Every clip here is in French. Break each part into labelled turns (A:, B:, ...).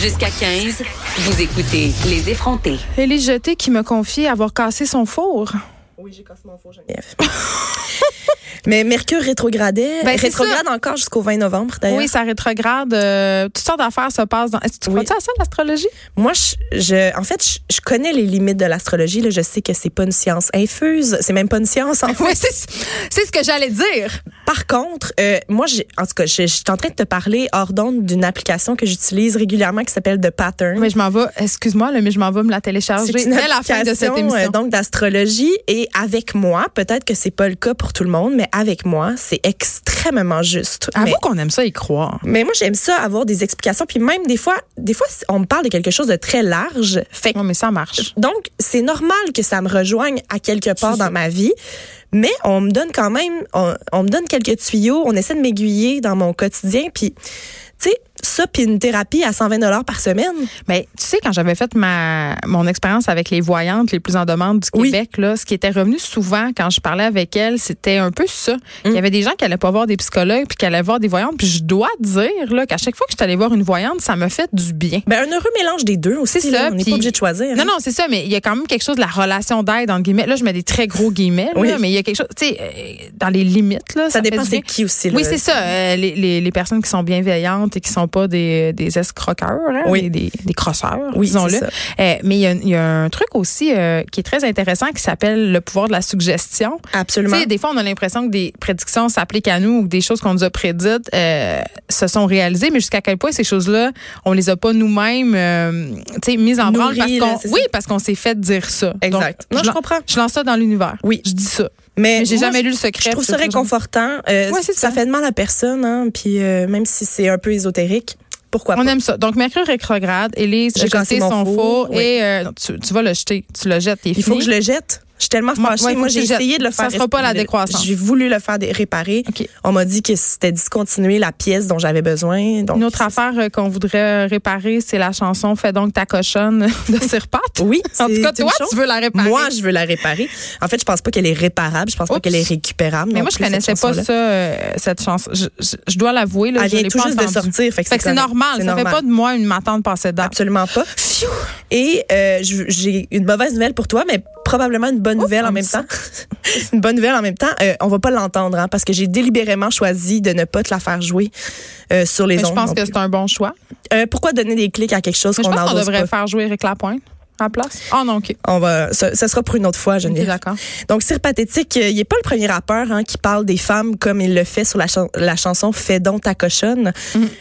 A: Jusqu'à 15, vous écoutez Les effrontés.
B: Elle est jetée qui me confie avoir cassé son four.
C: Oui, j'ai cassé mon faux Geneviève. Mais Mercure rétrogradait,
B: Ben, c'est
C: rétrograde encore jusqu'au 20 novembre d'ailleurs.
B: Oui, ça rétrograde. euh, toutes sortes d'affaires se passent dans. Est-ce que tu
C: Oui.
B: crois-tu à ça, l'astrologie?
C: Moi, je, je- en fait, je, je connais les limites de l'astrologie. Là, je sais que c'est pas une science infuse, c'est même pas une science. En fait.
B: Oui, c'est c'est ce que j'allais dire.
C: Par contre, euh, moi, j'ai, en tout cas, je, je suis en train de te parler hors d'onde d'une application que j'utilise régulièrement qui s'appelle The Pattern.
B: Mais je m'en vais, excuse-moi, là, mais je m'en vais me la télécharger
C: C'est une
B: dès la fin de cette
C: application,
B: émission.
C: euh, donc d'astrologie et avec moi, peut-être que c'est pas le cas pour tout le monde, mais avec moi, c'est extrêmement juste.
B: Avoue
C: Mais-
B: qu'on aime ça y croire.
C: Mais moi, j'aime ça avoir des explications. Puis même des fois, des fois, on me parle de quelque chose de très large. Fait que-
B: Non, mais ça marche.
C: donc, c'est normal que ça me rejoigne à quelque part
B: C'est
C: dans
B: ça.
C: ma vie. Mais on me donne quand même, on, on me donne quelques tuyaux. On essaie de m'aiguiller dans mon quotidien. Puis, tu sais, ça, puis une thérapie à 120 dollars par semaine.
B: Mais tu sais, quand j'avais fait ma mon expérience avec les voyantes les plus en demande du
C: Oui.
B: Québec, là, ce qui était revenu souvent quand je parlais avec elles, c'était un peu ça.
C: Mm.
B: Il y avait des gens qui allaient pas voir des psychologues puis qui allaient voir des voyantes. Puis je dois dire là qu'à chaque fois que je suis allée voir une voyante, ça me fait du bien.
C: Ben, un heureux mélange des deux aussi.
B: C'est
C: là.
B: ça,
C: on n'est
B: puis-
C: pas obligé de choisir. hein.
B: Non, non, c'est ça, mais il y a quand même quelque chose de la relation d'aide, entre guillemets. Là, je mets des très gros guillemets, là,
C: Oui.
B: mais il y a quelque chose, tu sais, euh, dans les limites, là. Ça,
C: Ça
B: fait
C: dépend
B: du bien.
C: c'est qui aussi. Là.
B: Oui, c'est ça. euh, les, les, les personnes qui sont bienveillantes et qui sont pas des, des escroqueurs, hein,
C: Oui.
B: des, des, des crosseurs,
C: Oui,
B: disons-le.
C: c'est ça.
B: Euh, mais il y a- il y, a un truc aussi euh, qui est très intéressant qui s'appelle le pouvoir de la suggestion. Tu
C: Absolument.
B: sais, des fois, on a l'impression que des prédictions s'appliquent à nous ou que des choses qu'on nous a prédites euh, se sont réalisées, mais jusqu'à quel point ces choses-là, on les a pas nous-mêmes euh, tu sais, mises en branle parce
C: Nourries, là,
B: qu'on
C: c'est ça.
B: oui, parce qu'on s'est fait dire ça.
C: Exact.
B: Donc, je,
C: non, je
B: lan-
C: comprends.
B: je lance ça dans l'univers.
C: Oui.
B: Je dis ça.
C: Mais,
B: Mais j'ai
C: moi,
B: jamais
C: je-
B: lu le secret.
C: Je trouve ça
B: c'est toujours-
C: réconfortant. Euh,
B: Ouais, c'est
C: ça
B: ça.
C: fait de mal à personne, hein, puis euh, même si c'est un peu ésotérique, pourquoi pas?
B: On aime ça. Donc, Mercure rétrograde, Élise a
C: J'ai cassé
B: jeté son
C: mon
B: four
C: four, oui.
B: et euh, tu, tu vas le jeter. Tu le jettes.
C: Il faut que je le jette. Je suis tellement
B: Moi-
C: fâchée.
B: ouais, faut
C: Moi,
B: que
C: j'ai
B: tu jettes.
C: essayé de le
B: Ça
C: faire.
B: sera pas la
C: le-
B: décroissance.
C: J'ai voulu le faire dé- réparer.
B: OK.
C: On m'a dit que c'était discontinuer la pièce dont j'avais besoin. Donc,
B: Une autre affaire euh, qu'on voudrait euh, réparer, c'est la chanson Fais donc ta cochonne de Sirpat.
C: Oui, Oh,
B: En tout
C: c'est
B: cas,
C: une
B: toi,
C: chose.
B: tu veux la réparer.
C: Moi, je veux la réparer. En fait, je pense pas qu'elle est réparable. Je pense pas
B: Oups.
C: qu'elle est récupérable.
B: mais
C: non
B: moi, je
C: plus, cette
B: connaissais pas
C: chanson-là.
B: ça, euh, cette chanson. Je, je- je dois l'avouer, là,
C: Elle
B: je
C: vient
B: l'ai
C: tout
B: pas
C: juste de
B: entendue.
C: sortir. Fait que
B: Fait que c'est
C: correct.
B: normal.
C: C'est
B: Ça fait
C: normal.
B: pas de moi une matante passée d'âme.
C: Absolument pas. Et euh, je- j'ai une mauvaise nouvelle pour toi, mais probablement une bonne nouvelle en
B: on
C: même
B: dit Oh, ça.
C: temps. une bonne nouvelle en même temps. Euh, on va pas l'entendre hein, parce que j'ai délibérément choisi de ne pas te la faire jouer euh, sur les
B: Mais je
C: ondes
B: pense
C: non
B: que
C: plus.
B: c'est un bon choix.
C: Euh, pourquoi donner des clics à quelque chose
B: Mais je
C: qu'on
B: pense qu'on
C: n'endose
B: devrait
C: pas
B: faire jouer Rick Lapointe à la place. Ah non, OK.
C: On va, ce, ce sera pour une autre fois,
B: Ok,
C: Geneviève.
B: D'accord.
C: Donc, Sir Pathétique, euh, il n'est pas le premier rappeur hein, qui parle des femmes comme il le fait sur la, chan- la chanson Fais donc ta cochonne.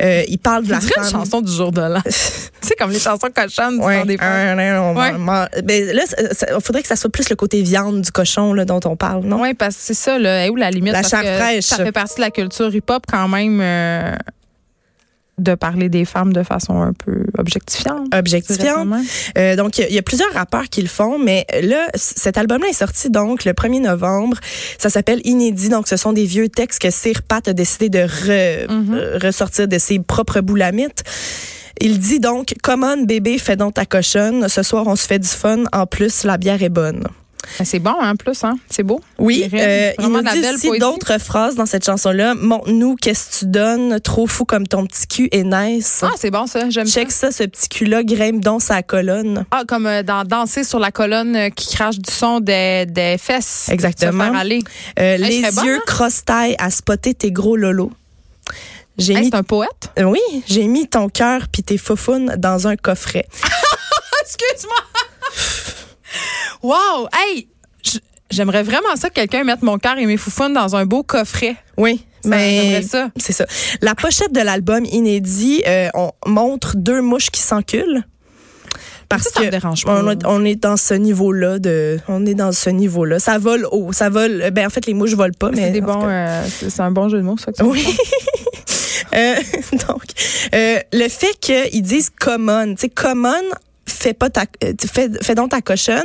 C: Euh, il parle de
B: Tu
C: la
B: dirais
C: femme.
B: Mm. une chanson du jour de l'an. tu sais, comme les chansons cochonnes du
C: Ouais,
B: temps des fêtes.
C: hein, hein, on
B: Ouais.
C: m'en- ben, là, il faudrait que ça soit plus le côté viande du cochon là, dont on parle, non?
B: Oui, parce que c'est ça, là, est où la limite?
C: Hein? La
B: parce
C: chair
B: que
C: fraîche.
B: Ça fait partie de la culture hip-hop quand même euh, de parler des femmes de façon un peu objectifiante. je dirais quand
C: Objectifiante.
B: même.
C: Euh, donc, il y a- il y, a plusieurs rappeurs qui le font, mais euh, là, c- cet album-là est sorti donc le 1er novembre. Ça s'appelle Inédit. Donc, ce sont des vieux textes que Sir Pat a décidé de re-
B: Mm-hmm.
C: euh, ressortir de ses propres boulamites. Il dit donc, Come on, bébé, fais donc ta cochonne. Ce soir, on se fait du fun. En plus, la bière est bonne.
B: Mais Ben, C'est bon, en plus, hein? C'est beau.
C: Oui,
B: Il
C: euh,
B: rêve.
C: il
B: Vraiment
C: nous
B: de la
C: dit
B: belle
C: aussi
B: poésie.
C: d'autres phrases dans cette chanson-là. Montre-nous qu'est-ce que tu donnes. Trop fou comme ton petit cul est nice.
B: Ah, c'est bon, ça. J'aime ça.
C: Check ça, ce petit cul-là grimpe dans sa colonne.
B: Ah, comme euh, dans Danser sur la colonne euh, qui crache du son des, des fesses.
C: Exactement.
B: Se faire aller.
C: Euh,
B: je
C: les
B: serais bonne,
C: yeux
B: hein?
C: cross-taille à spotter tes gros lolos. J'ai
B: Hey,
C: mis,
B: c'est un poète?
C: euh, oui, j'ai mis ton cœur puis tes foufounes dans un coffret.
B: Excuse-moi! wow! Hey! j- J'aimerais vraiment ça que quelqu'un mette mon cœur et mes foufounes dans un beau coffret.
C: Oui,
B: Ça,
C: mais
B: j'aimerais ça.
C: c'est ça. La pochette de l'album inédit, euh, on montre deux mouches qui s'enculent. Parce
B: Ça, ça me
C: que
B: dérange pas.
C: on, est- on est dans ce niveau-là de, on est dans ce niveau-là. Ça vole haut, ça vole. Ben en fait les mouches volent pas, mais
B: C'est des
C: en tout
B: bons,
C: cas.
B: euh, c'est c'est un bon jeu de mots, ça. que tu
C: Oui. Euh, donc, euh, le fait qu'ils disent common, tu sais, common, fais pas ta, euh, fais, fais donc ta cochonne.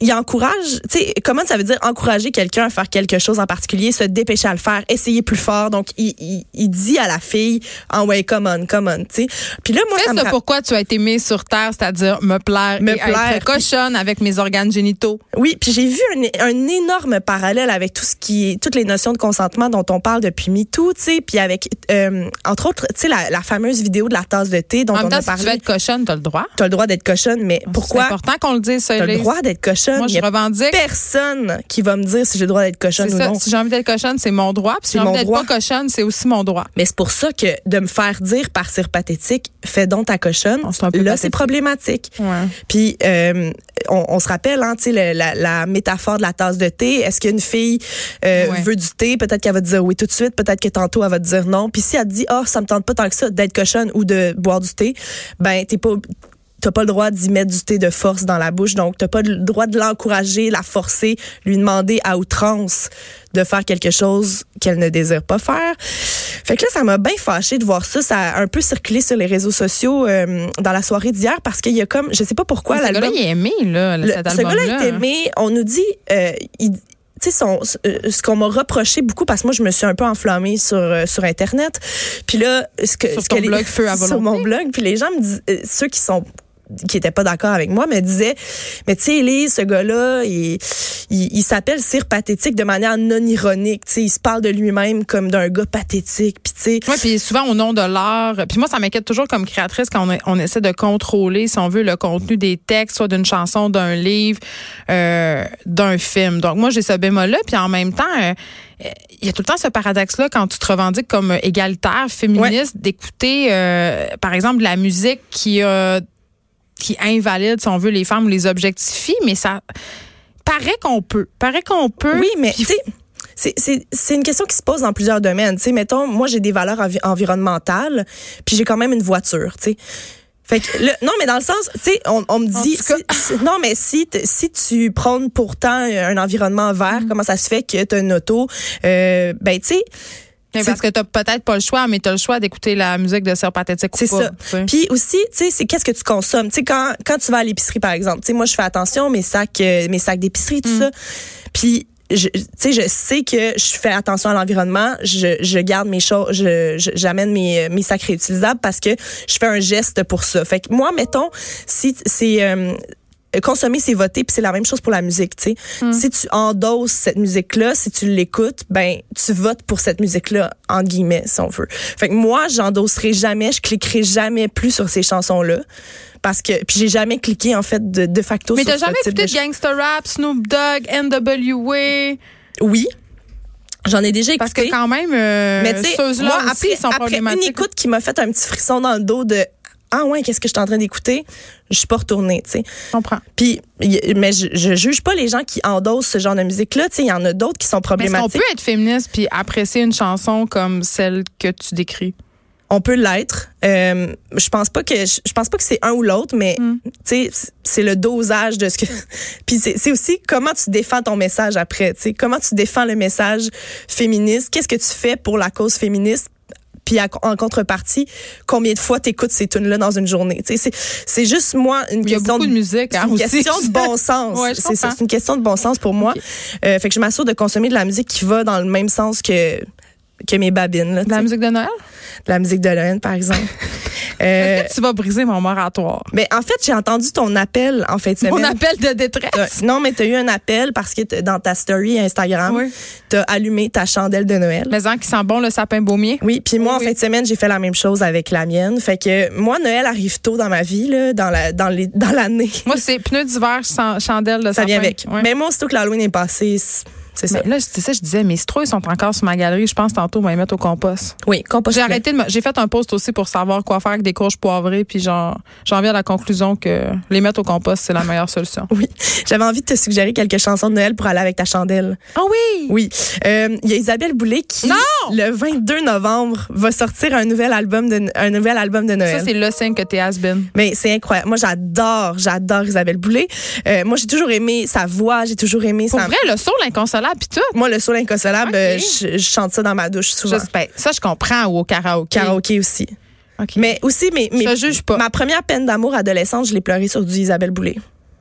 C: il encourage, tu sais, comment ça veut dire encourager quelqu'un à faire quelque chose en particulier, se dépêcher à le faire, essayer plus fort. Donc, il, il, il dit à la fille, ah ouais, come on, come on, tu sais. Puis là, moi,
B: C'est
C: ça me
B: ça
C: ra-
B: pourquoi tu as été mise sur terre, c'est-à-dire me plaire,
C: Me
B: et
C: plaire,
B: être cochonne avec mes organes génitaux.
C: Oui, puis j'ai vu un, un énorme parallèle avec tout ce qui est, toutes les notions de consentement dont on parle depuis MeToo, tu sais, puis avec, euh, entre autres, tu sais, la, la fameuse vidéo de la tasse de thé dont
B: en même
C: on
B: temps,
C: a
B: si tu
C: parlé.
B: veux être cochonne, t'as le droit.
C: T'as le droit d'être cochonne, mais
B: C'est
C: pourquoi
B: important qu'on le dise, ça,
C: t'as le
B: Elise.
C: droit d'être cochonne?
B: Moi,
C: Il y
B: je
C: a
B: revendique.
C: personne qui va me dire si j'ai le droit d'être
B: C'est
C: cochonne ou
B: ça.
C: non.
B: Si j'ai envie d'être cochonne, c'est mon droit. Puis si
C: C'est
B: j'ai envie
C: mon
B: d'être
C: droit.
B: pas cochonne, c'est aussi mon droit.
C: Mais c'est pour ça que de me faire dire par cire pathétique, fais donc ta cochonne,
B: On se rend plus
C: là,
B: pathétique.
C: c'est problématique.
B: Ouais.
C: Puis, euh, on, on se rappelle, hein, tu sais, le- la, la métaphore de la tasse de thé. Est-ce qu'une fille euh,
B: Ouais.
C: veut du thé? Peut-être qu'elle va te dire oui tout de suite. Peut-être que tantôt, elle va te dire non. Puis si elle te dit, oh, ça me tente pas tant que ça d'être cochonne ou de boire du thé, ben, t'es pas... T'as pas le droit d'y mettre du thé de force dans la bouche, donc t'as pas le droit de l'encourager, la forcer, lui demander à outrance de faire quelque chose qu'elle ne désire pas faire. Fait que là, ça m'a bien fâché de voir ça. Ça a un peu circulé sur les réseaux sociaux euh, dans la soirée d'hier parce qu'il y a comme, je sais pas pourquoi,
B: ce gars-là,
C: l'album-
B: il est aimé, là,
C: le-
B: cet
C: ce gars-là
B: album-là. hein.
C: est aimé. On nous dit, euh, il- tu sais, son- ce euh, ce qu'on m'a reproché beaucoup parce que moi je me suis un peu enflammée sur euh, sur internet. Puis là, ce que
B: Sur
C: ce que
B: ton
C: les-
B: blog Feu à
C: sur
B: volonté.
C: mon blog, puis les gens me dis- euh, ceux qui sont qui étaient pas d'accord avec moi me disaient mais tu sais Élise, ce gars-là il, il, il s'appelle Cire pathétique de manière non ironique tu sais il se parle de lui-même comme d'un gars pathétique puis tu sais
B: Oui, puis souvent au nom de l'art. Puis moi, ça m'inquiète toujours comme créatrice quand on, on essaie de contrôler, si on veut, le contenu des textes, soit d'une chanson, d'un livre, euh, d'un film. Donc moi, j'ai ce bémol-là. Puis en même temps, euh, euh, il y a tout le temps ce paradoxe-là quand tu te revendiques comme euh, égalitaire, féministe, d'écouter, euh, par exemple, de la musique qui a qui invalide, si on veut, les femmes ou les objectifie, mais ça paraît qu'on peut. Paraît qu'on peut.
C: Oui, mais
B: Puis
C: tu sais, c'est- c'est c'est une question qui se pose dans plusieurs domaines. Tu sais, mettons, moi, j'ai des valeurs envi- environnementales, puis j'ai quand même une voiture, tu sais. Fait que le- non, mais dans le sens, tu sais, on, on me dit,
B: tout cas-
C: si- si- non, mais si, t- si tu prônes pourtant un environnement vert,
B: Mm-hmm.
C: comment ça se fait que tu as une auto? Euh, ben, tu sais,
B: Mais
C: C'est-
B: parce que t'as peut-être pas le choix, mais t'as le choix d'écouter la musique de Sœur Pathétique ou
C: C'est
B: pas.
C: ça. Puis aussi, tu sais, c'est qu'est-ce que tu consommes. Tu sais, quand, quand tu vas à l'épicerie, par exemple, tu sais, moi, je fais attention, mes sacs, euh, mes sacs d'épicerie, tout ça. Puis, je, tu sais, je sais que je fais attention à l'environnement, je, je garde mes choses, je, je- j'amène mes, mes sacs réutilisables parce que je fais un geste pour ça. Fait que moi, mettons, si t- c'est... euh, consommer c'est voter puis c'est la même chose pour la musique tu sais
B: Mm.
C: si tu endosses cette musique là si tu l'écoutes ben tu votes pour cette musique là entre guillemets si on veut fait que moi j'endosserai jamais je cliquerai jamais plus sur ces chansons là parce que puis j'ai jamais cliqué en fait de, de facto
B: Mais
C: sur
B: t'as
C: ce
B: jamais
C: type de
B: écouté de
C: ch-
B: Gangsta Rap, Snoop Dogg, N.W.A.
C: oui j'en ai déjà écouté
B: Parce que quand même, euh,
C: mais tu sais moi,
B: ceux-là aussi
C: après,
B: sont
C: après une
B: problématiques.
C: écoute qui m'a fait un petit frisson dans le dos de ah ouais qu'est-ce que je suis en train d'écouter je suis pas retournée tu sais
B: Je comprends.
C: Puis, y- mais je, je juge pas les gens qui endossent ce genre de musique-là. Tu sais, il y en a d'autres qui sont
B: Mais est-ce qu'on
C: problématiques.
B: peut être féministe puis apprécier une chanson comme celle que tu décris?
C: On peut l'être. Euh, je pense pas que je, je pense pas que c'est un ou l'autre, mais
B: Mm.
C: tu sais, c- c'est le dosage de ce que. Puis c'est c'est aussi comment tu défends ton message après. Tu sais, comment tu défends le message féministe. Qu'est-ce que tu fais pour la cause féministe? Puis à- en contrepartie, combien de fois t'écoutes ces tunes-là dans une journée Tu sais, c'est c'est juste moi une
B: Il y a
C: question
B: beaucoup de musique. hein,
C: C'est une
B: aussi.
C: question de bon sens.
B: Ouais, je
C: c'est ça,
B: comprends.
C: c'est une question de bon sens pour moi. Euh, fait que je m'assure de consommer de la musique qui va dans le même sens que que mes babines. Là,
B: De la
C: tu sais.
B: musique de Noël?
C: de la musique de Lorraine, par exemple. Euh,
B: Est-ce que tu vas briser mon moratoire?
C: mais en fait, j'ai entendu ton appel en fin de semaine.
B: Mon appel de détresse?
C: T'as- Non, mais tu as eu un appel parce que t'as- dans ta story Instagram,
B: Oui.
C: tu as allumé ta chandelle de Noël.
B: Les gens qui sent bon le sapin baumier?
C: Oui, puis moi,
B: Oui.
C: en fin de semaine, j'ai fait la même chose avec la mienne. Fait que moi, Noël arrive tôt dans ma vie, là, dans la dans les dans l'année.
B: Moi, c'est pneus d'hiver, sans- chandelle de sapin.
C: Ça vient avec.
B: Ouais. Ben,
C: Mais moi, aussitôt que l'Halloween est passé, c'est c'est ça.
B: Mais là, c'est ça, je disais, mes streux sont encore sur ma galerie. Je pense tantôt, on va les mettre au compost.
C: Oui, compost.
B: J'ai arrêté de me- J'ai fait un post aussi pour savoir quoi faire avec des courges poivrées, puis j'en j'en viens à la conclusion que les mettre au compost, c'est la meilleure solution.
C: Oui, j'avais envie de te suggérer quelques chansons de Noël pour aller avec ta chandelle.
B: Ah oui!
C: Oui, Euh, il y a Isabelle Boulay qui
B: Non!
C: le 22 novembre va sortir un nouvel album de un nouvel album de
B: Ça,
C: Noël.
B: c'est le signe que t'es has-been.
C: mais c'est incroyable. Moi, j'adore, j'adore Isabelle Boulay. Euh, moi, j'ai toujours aimé sa voix, j'ai toujours aimé
B: Pour
C: sa.
B: vrai, le saut, l'inconsolable, puis tout.
C: Moi, le soul inconsolable,
B: Ok.
C: euh, je, je chante ça dans ma douche souvent.
B: J'espère. Ça, je comprends, ou au karaoké.
C: Karaoké aussi.
B: Ok.
C: Mais aussi, mais, mais
B: Je te juge pas.
C: ma première peine d'amour adolescente, je l'ai pleurée sur du Isabelle Boulay.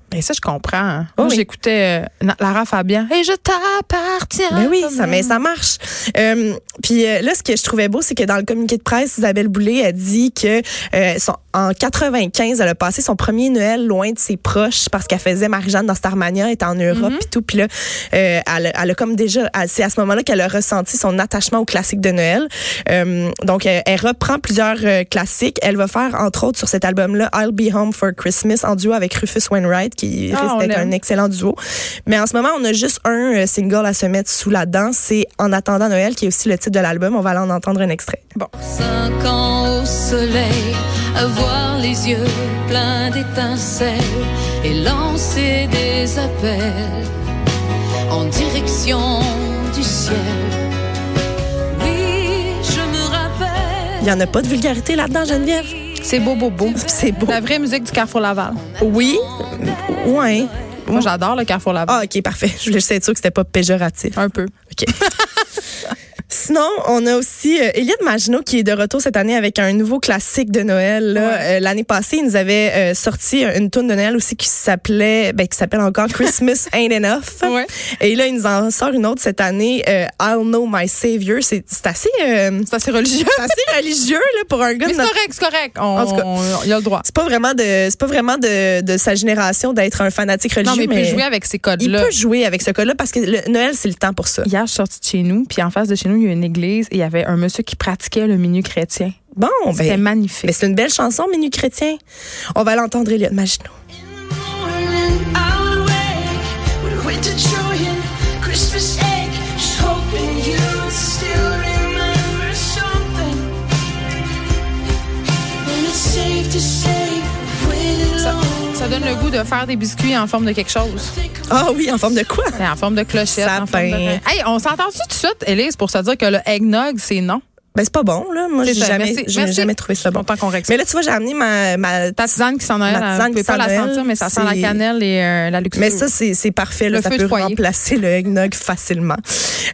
B: Ben ça, je comprends. hein.
C: Oh
B: Moi,
C: oui.
B: j'écoutais euh, Na- Lara Fabian. Et je t'appartiens.
C: Ben oui,
B: hein, comme
C: ça, mais ça marche. Euh, puis euh, là, ce que je trouvais beau, c'est que dans le communiqué de presse, Isabelle Boulay a dit que euh, son- en 95, elle a passé son premier Noël loin de ses proches parce qu'elle faisait Marie-Jeanne dans Starmania, elle était en
B: Mm-hmm.
C: Europe puis tout. Puis là, euh, elle, a- elle a comme déjà, elle- c'est à ce moment-là qu'elle a ressenti son attachement aux classiques de Noël. Euh, donc, euh, elle reprend plusieurs euh, classiques. Elle va faire, entre autres, sur cet album-là, I'll Be Home for Christmas en duo avec Rufus Wainwright, qui
B: Ah, on
C: risque d'être
B: l'aime.
C: un excellent duo. Mais en ce moment, on a juste un euh, single à se mettre sous la dent. C'est En attendant Noël, qui est aussi le titre de l'album. On va aller en entendre un extrait. Bon.
D: Cinq ans au soleil, avoir les yeux pleins d'étincelles et lancer des appels en direction du ciel. Oui, je me
C: Il n'y
D: rappelle.
C: en a pas de vulgarité là-dedans, Geneviève?
B: C'est beau, beau, beau.
C: C'est beau.
B: La vraie musique du Carrefour Laval.
C: Oui. Ouais.
B: Moi, j'adore le Carrefour Laval.
C: Ah, OK, parfait. Je voulais juste être sûre que c'était pas péjoratif.
B: Un peu.
C: Sinon, on a aussi euh, Elliot Maginot qui est de retour cette année avec un nouveau classique de Noël. là. Euh, L'année passée, il nous avait euh, sorti une tune de Noël aussi qui s'appelait, ben, qui s'appelle encore Christmas Ain't Enough.
B: Ouais.
C: Et là, il nous en sort une autre cette année, euh, I'll Know My Savior. C'est c'est assez, euh,
B: C'est assez religieux.
C: c'est assez religieux là, pour un gars
B: Mais
C: de
B: c'est
C: notre
B: correct, c'est correct. On,
C: En tout cas.
B: on- il a le droit.
C: c'est pas vraiment de c'est pas vraiment de, de sa génération d'être un fanatique religieux
B: Non, mais il
C: mais
B: peut jouer avec ces
C: il
B: codes-là.
C: peut jouer avec ce code-là parce que le- Noël c'est le temps pour ça.
B: Hier, je suis sortie de chez nous, puis en face de chez nous, il y a une église et il y avait un monsieur qui pratiquait le menu chrétien.
C: Bon
B: C'était
C: ben
B: magnifique.
C: mais c'est une belle chanson Menu chrétien. On va l'entendre Elliot Maginot.
E: Morning, I would wake, would wait to Trojan Christmas egg, just hoping you would still remember something. And it's safe to say, I've waited long.
B: Ça donne le goût de faire des biscuits en forme de quelque chose.
E: Think of
C: Ah oui, en forme de quoi
B: En forme de clochette. en forme de-
C: Sapin.
B: Hey, on s'entend-tu tout de suite, Élise, pour se dire que le eggnog, c'est non?
C: Ben c'est pas bon là, moi
B: C'est
C: j'ai
B: ça.
C: jamais
B: Merci.
C: j'ai
B: Merci.
C: jamais trouvé ça
B: Je suis
C: bon.
B: contente qu'on règle ça.
C: Mais là tu vois, j'ai amené ma ma
B: Ta tisane qui s'en a,
C: Ma tisane
B: vous pouvez
C: qui
B: pas
C: s'en
B: la
C: a,
B: sentir, mais ça sent la
C: c'est-
B: cannelle et euh, la luxure.
C: Mais ça, c'est c'est parfait. Là,
B: Le
C: ça
B: feu
C: peut
B: de foyer.
C: remplacer le eggnog facilement.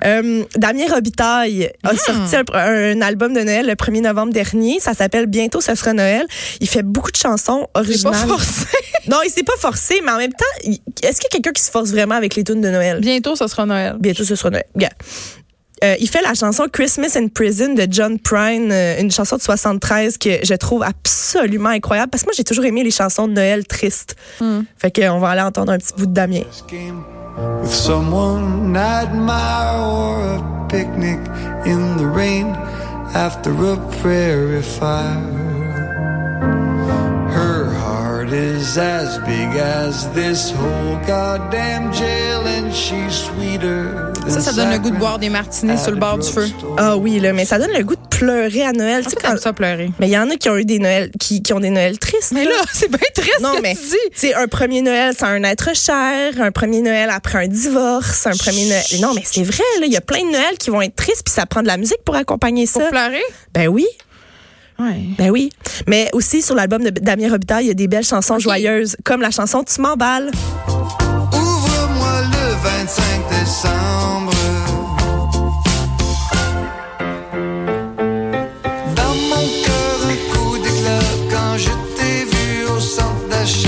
C: Euh, Damien Robitaille a
B: Ah.
C: sorti un, un album de Noël le 1er novembre dernier. Ça s'appelle Bientôt, ce sera Noël. Il fait beaucoup de chansons
B: pas
C: originales.
B: forcé.
C: non, il s'est pas forcé, mais en même temps, il- est-ce qu'il y a quelqu'un qui se force vraiment avec les tunes de Noël?
B: Bientôt, ce sera Noël.
C: Bientôt, ce sera Noël. Gars. Euh, il fait la chanson Christmas in Prison de John Prine, euh, une chanson de 73 que je trouve absolument incroyable parce que moi j'ai toujours aimé les chansons de Noël tristes.
B: Mm.
C: Fait que euh, on va aller entendre un petit bout de Damien.
F: game with someone I admire or a picnic in the rain after a prairie fire. Her heart is as big as this whole goddamn jail, and she's sweeter. Than
B: Ça, ça donne le goût de boire des martinis
F: sacrament
B: sur le
F: at a
B: bord du feu.
F: drugstore.
C: Ah oui, là, mais ça donne le goût de pleurer à Noël. Tu sais, quand-
B: Comme ça, pleurer.
C: Mais il y en a qui ont eu des Noëls, qui, qui ont des Noëls tristes.
B: Mais là, c'est bien triste
C: non,
B: ce que
C: mais
B: tu dis.
C: c'est un premier Noël sans un être cher, un premier Noël après un divorce, un premier Noël. Non, mais c'est vrai, là, il y a plein de Noëls qui vont être tristes, puis ça prend de la musique pour accompagner
B: Pour
C: ça.
B: pleurer?
C: Ben oui,
B: Oui.
C: ben oui. Mais aussi sur l'album de Damien Robitaille, il y a des belles chansons joyeuses, comme la chanson Tu m'emballes.
F: Ouvre-moi le 25 décembre. Dans mon cœur, un coup d'éclat quand je t'ai vu au centre d'achat.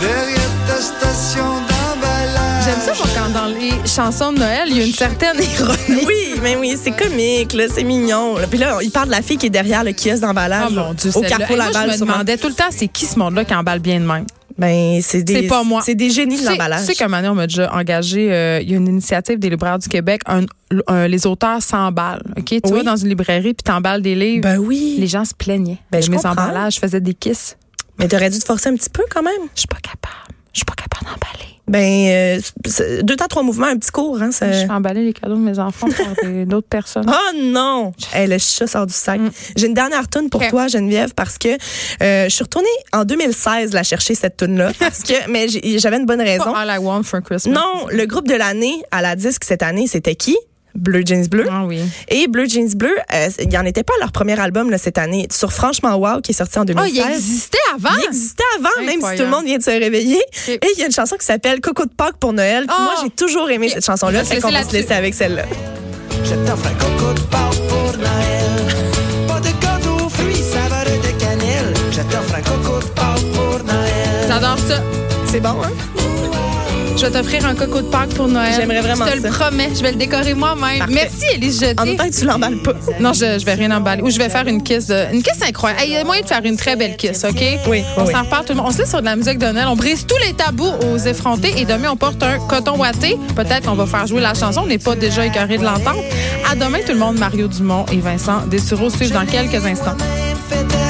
F: Derrière ta station d'emballage.
B: J'aime ça, moi, quand dans les chansons de Noël, il y a une certaine ironie.
C: Oui, mais oui, c'est comique, là, c'est mignon. Puis là, il parle de la fille qui est derrière le kiosque d'emballage
B: Oh mon Dieu,
C: au
B: celle-là.
C: carrefour
B: Hey, moi,
C: Laval.
B: Je me
C: sûrement.
B: demandais tout le temps, c'est qui ce monde-là qui emballe bien de même?
C: Ben, c'est des.
B: C'est pas moi.
C: C'est des génies de
B: Tu sais-
C: l'emballage.
B: Tu sais qu'à un moment donné, on m'a déjà engagé, euh, il y a une initiative des libraires du Québec, un- un- les auteurs s'emballent. OK? Tu
C: Oui.
B: vas dans une librairie puis t'emballes des livres.
C: Ben oui.
B: Les gens se plaignaient.
C: Ben,
B: de
C: je
B: mes
C: comprends.
B: emballages, je faisais des kisses.
C: Mais t'aurais dû te forcer un petit peu quand même.
B: Je suis pas capable. Je suis pas capable d'emballer.
C: Ben, euh, c'est- deux temps, trois mouvements, un petit cours, hein. ça-
B: Je fais emballer les cadeaux de mes enfants par des- d'autres personnes.
C: Oh non! Hey, le chat sort du sac. J'ai une dernière toune pour
B: Mm. Ok.
C: toi, Geneviève, parce que euh, je suis retournée en 2016 la chercher, cette toune-là. Parce que, mais j'ai- j'avais une bonne
B: Pas
C: raison.
B: All I Want for Christmas.
C: Non, le groupe de l'année à la disque cette année, c'était qui? Bleu Jeans Bleu.
B: Ah oui.
C: Et Bleu Jeans Bleu, euh, il n'y en était pas à leur premier album là, cette année. Sur Franchement Wow, qui est sorti en
B: Oh, il
C: 2016.
B: existait avant.
C: Il Ah, existait avant, même si
B: Incroyable.
C: tout le monde vient de se réveiller. Et il y a une chanson qui s'appelle Coco de Pâques pour Noël. Puis
B: Oh!
C: Moi, j'ai toujours aimé cette
B: On
C: chanson-là.
B: va se
C: Fait qu'on
B: laisser
C: va se
B: là-dessus.
C: laisser avec celle-là.
F: Je t'offre un coco de Pâques pour Noël. Pas de cadeaux, fruits, saveur de cannelle. Je t'offre un coco de Pâques pour Noël.
B: J'adore ça.
C: C'est bon, hein?
B: Je vais t'offrir un coco de Pâques pour Noël.
C: J'aimerais vraiment
B: Je te le
C: ça.
B: promets. Je vais le décorer moi-même.
C: Parfait.
B: Merci, Élise Jeté.
C: En même temps que tu l'emballes pas.
B: Non, je, je vais rien emballer. Ou je vais faire une kiss de. Une kiss incroyable. Hey, Il y a moyen de faire une très belle kiss, OK?
C: Oui,
B: On
C: oui.
B: s'en repart tout le monde. On se laisse sur de la musique de Noël. On brise tous les tabous aux effrontés et demain, on porte un coton ouaté. Peut-être qu'on va faire jouer la chanson. On n'est pas déjà écœuré de l'entendre. À demain, tout le monde. Mario Dumont et Vincent Dessureau suivent dans quelques instants.
E: Fais-toi